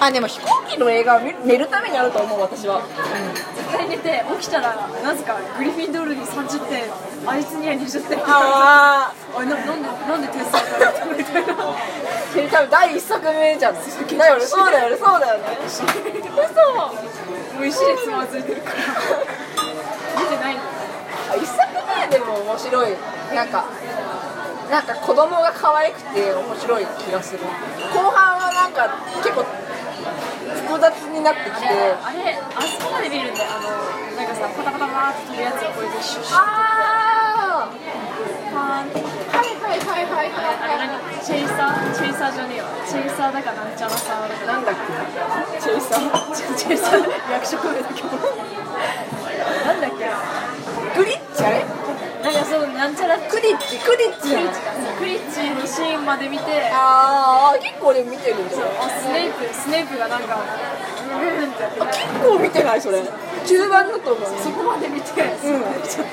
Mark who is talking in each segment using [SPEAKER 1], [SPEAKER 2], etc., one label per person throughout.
[SPEAKER 1] あでも飛行機の映画は見る寝るためにあると思う私は
[SPEAKER 2] 絶対寝て起きたらなぜかグリフィンドールに30点あいつには20点
[SPEAKER 1] あ
[SPEAKER 2] おいななんでなんで点数がみたいな
[SPEAKER 1] あ多分第一作目じゃんだよねそうだよねそうだよね
[SPEAKER 2] 嘘もう石でつまずいてるから見てないの
[SPEAKER 1] あ一作目でも面白いなんかなんか子供が可愛くて面白い気がする後半はなんか結構複雑になってきて
[SPEAKER 2] あれあそこまで見るんだよあのなんかさパタパタパーって飛ぶやつをこれでシュッシュッ
[SPEAKER 1] ああ
[SPEAKER 2] パーンって
[SPEAKER 1] はいはいはいはい
[SPEAKER 2] あれ何チェイサーチェイサーじゃねえわチェイサーだかなんちゃらさーだか
[SPEAKER 1] なんだっけチェイサー
[SPEAKER 2] チェイサー役職名だけどなんだっけな
[SPEAKER 1] グリッチあれ
[SPEAKER 2] なんかそうなんちゃら
[SPEAKER 1] クリッチクリッチ
[SPEAKER 2] クリッチクリッチのシーンまで見て
[SPEAKER 1] ああ結構俺見てるんだよ
[SPEAKER 2] あスネープスネープがなんかうんってやって
[SPEAKER 1] あ結構見てないそれ中盤だと思う
[SPEAKER 2] そこまで見て、
[SPEAKER 1] うん
[SPEAKER 2] ちょっ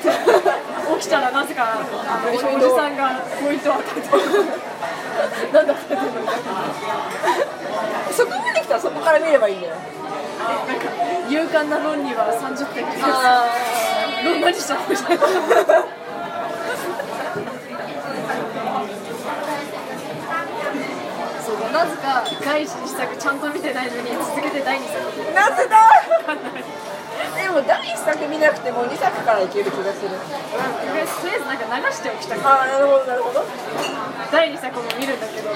[SPEAKER 2] と起きたらなぜかあのおじさんがポイントを与えて
[SPEAKER 1] なんだこれそこまで来たらそこから見ればいいんだよ
[SPEAKER 2] 勇敢なロンには30点です
[SPEAKER 1] あ
[SPEAKER 2] ロン何したのみたいなそうだなぜか第一次作ちゃんと見てないのに続けて第二作
[SPEAKER 1] あなぜだでも第1作見なくても2作からいける気がする
[SPEAKER 2] とりあえずとりあえずなんか流しておきたくて
[SPEAKER 1] ああなるほどなるほど
[SPEAKER 2] 第2作も見るんだけど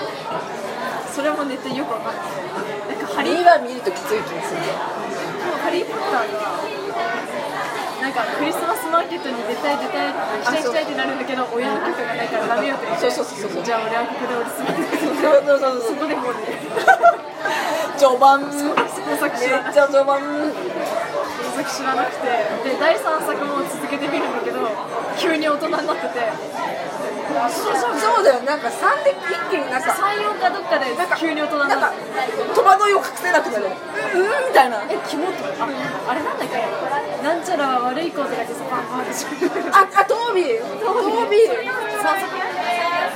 [SPEAKER 2] それもネットよくわかんないなんかハリー
[SPEAKER 1] 2は見るときつい気がする
[SPEAKER 2] ハリー・ポッターがなんかクリスマスマーケットに出たい出たい行きたい行きたいってなるんだけど親の許可がないからダメよって言って
[SPEAKER 1] そうそうそうそう
[SPEAKER 2] じゃあ俺はここで俺住む
[SPEAKER 1] そうそうそう
[SPEAKER 2] そこでもうね
[SPEAKER 1] 序盤めっ
[SPEAKER 2] 創作知らなく
[SPEAKER 1] ちゃ序盤
[SPEAKER 2] 創作知らなくてで第3作も続けてみるんだけど急に大人になってて
[SPEAKER 1] そうそうだよなんか3で一気になんか
[SPEAKER 2] 34かどっかで急に大人に
[SPEAKER 1] なん
[SPEAKER 2] な
[SPEAKER 1] か
[SPEAKER 2] って
[SPEAKER 1] 戸惑いを隠せなくなるうんうんみたいな
[SPEAKER 2] え、キモってああれなんだっけなんちゃらは悪い子とかってさパンパンってする
[SPEAKER 1] あ、あ、トービー。トービー。
[SPEAKER 2] 三作目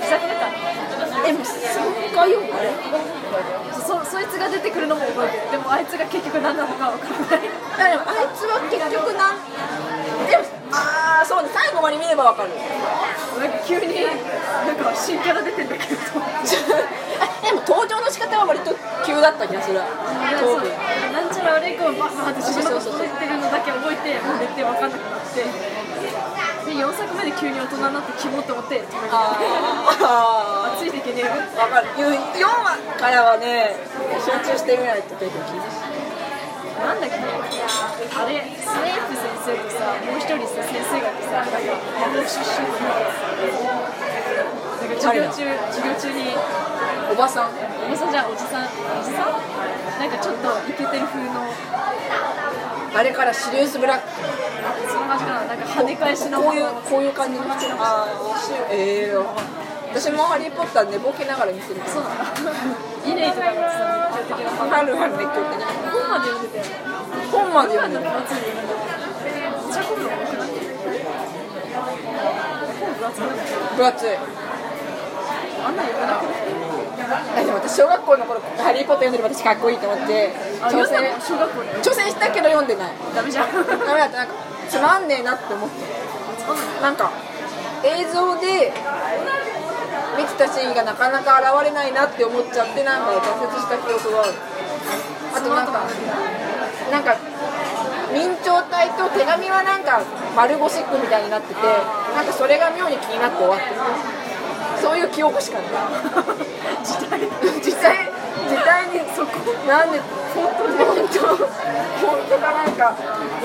[SPEAKER 2] 二作目か
[SPEAKER 1] え、もう、三回よ、あれ。
[SPEAKER 2] そそいつが出てくるのも覚えてるでもあいつが結局何なのか分からない
[SPEAKER 1] あ、でも、あいつは結局なん。でも、ああ、そうね、最後まで見ればわかる。
[SPEAKER 2] なんか急になんか新キャラ出てんだけど
[SPEAKER 1] あでも、登場の仕方は割と急だった気がする。
[SPEAKER 2] そ
[SPEAKER 1] ト
[SPEAKER 2] う
[SPEAKER 1] ービー。
[SPEAKER 2] なんちゃら悪い子をバッバッって自分のこと言ってるのだけ覚えてもう絶対分かんなくなってで4作目で急に大人になってキモって思って止めた
[SPEAKER 1] あ
[SPEAKER 2] ついていけねえよ
[SPEAKER 1] あ、わかる。四話からはね、集中してみないと結構厳しい。
[SPEAKER 2] なんだっけあれスネープ先生とさもう一人さ先生がいてさなんか出身のなんか授業中授業中に
[SPEAKER 1] おばさん。
[SPEAKER 2] おじさんじゃんおじさんおじさんなんかちょっとイケてる風の
[SPEAKER 1] あれからシリウスブラック。
[SPEAKER 2] その感じかななんか跳ね返しの
[SPEAKER 1] こういう、こういう感じの街の。ああ、ええ私もハリーポッター寝ぼけながら見てる。
[SPEAKER 2] そうなんだイレイとかがさ熱狂的なファン
[SPEAKER 1] ハルハル熱狂
[SPEAKER 2] 本
[SPEAKER 1] 的。
[SPEAKER 2] まで読んでて
[SPEAKER 1] 本まで
[SPEAKER 2] 今
[SPEAKER 1] 読ん
[SPEAKER 2] の
[SPEAKER 1] でる。
[SPEAKER 2] 夏に読んでてめっちゃ本が多くなってる本分厚くない
[SPEAKER 1] 分厚い
[SPEAKER 2] あんなに読めなくない
[SPEAKER 1] あでも私小学校の頃「ハリー・ポッター」読んでる私かっこいいと思って
[SPEAKER 2] あ
[SPEAKER 1] 挑
[SPEAKER 2] 読んだの
[SPEAKER 1] 戦
[SPEAKER 2] 小学校で
[SPEAKER 1] 挑戦したけど読んでない
[SPEAKER 2] ダメじゃん
[SPEAKER 1] ダメだったなんかつまんねえなって思ってなんか映像で見てたシーンがなかなか現れないなって思っちゃってなんか挫折した記憶があるあとなんかなんか明朝体と手紙はなんか丸ゴシックみたいになっててなんかそれが妙に気になって終わってるそういう記憶しかない
[SPEAKER 2] 時代
[SPEAKER 1] 実際実際にそこなんで本当に本当本当かなんか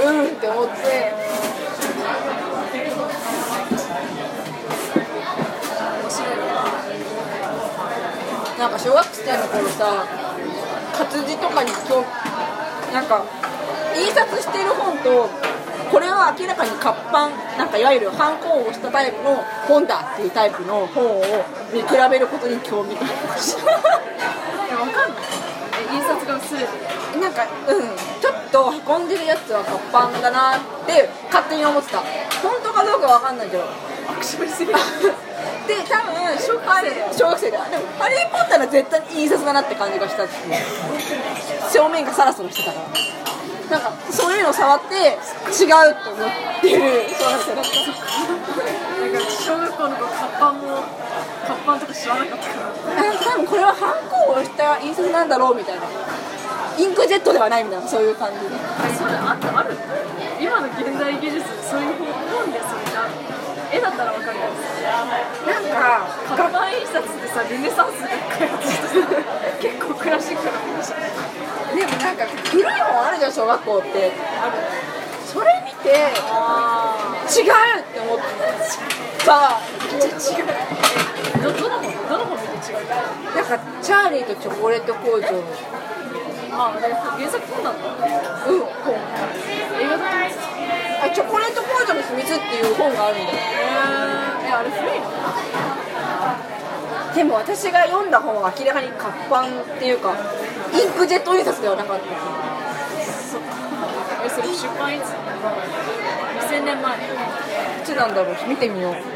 [SPEAKER 1] うんって思って
[SPEAKER 2] 面白いね
[SPEAKER 1] なんか小学生の頃さ活字とかに興なんか印刷してる本とこれは明らかに活版なんかいわゆるハンコを押したタイプの本だっていうタイプの本を見比べることに興味がありました。
[SPEAKER 2] いやわかんないえ印刷が薄れてる
[SPEAKER 1] なんかうんちょっと運んでるやつは活版だなって勝手に思ってた本当かどうかわかんないけど
[SPEAKER 2] 悪趣味すぎる
[SPEAKER 1] で多分
[SPEAKER 2] 小学生
[SPEAKER 1] あれ小学生だでも「ハリー・ポッター」は絶対に印刷だなって感じがしたっていう正面がサラサラしてたからなんかそういうの触って違うって思ってる小学生だった
[SPEAKER 2] なんか小学校の頃活版も活版とか知らなかったから
[SPEAKER 1] なんか多分これはハンコを押した印刷なんだろうみたいなインクジェットではないみたいなそういう感じで
[SPEAKER 2] それあある今の現代技術でそういう本本でそれが絵だったらわかるや
[SPEAKER 1] なんか
[SPEAKER 2] つ活版印刷ってさルネサンスが開発してさ結構クラシックなものじゃない
[SPEAKER 1] でもなんか古い本あるじゃん小学校ってそれ見て
[SPEAKER 2] あ
[SPEAKER 1] 違うって思ったさあ
[SPEAKER 2] 違うどどの本どの本見て違うか
[SPEAKER 1] なんかチャーリーとチョコレート工場の
[SPEAKER 2] ああ原作本なんだ
[SPEAKER 1] うん本
[SPEAKER 2] 映画だと思ってた
[SPEAKER 1] あチョコレート工場の秘密っていう本があるんだよ
[SPEAKER 2] えあれ古いの
[SPEAKER 1] でも私が読んだ本は明らかに活版っていうかインクジェット印刷ではなかった
[SPEAKER 2] えそれ出版いつ2000年前
[SPEAKER 1] いつなんだろう見てみよう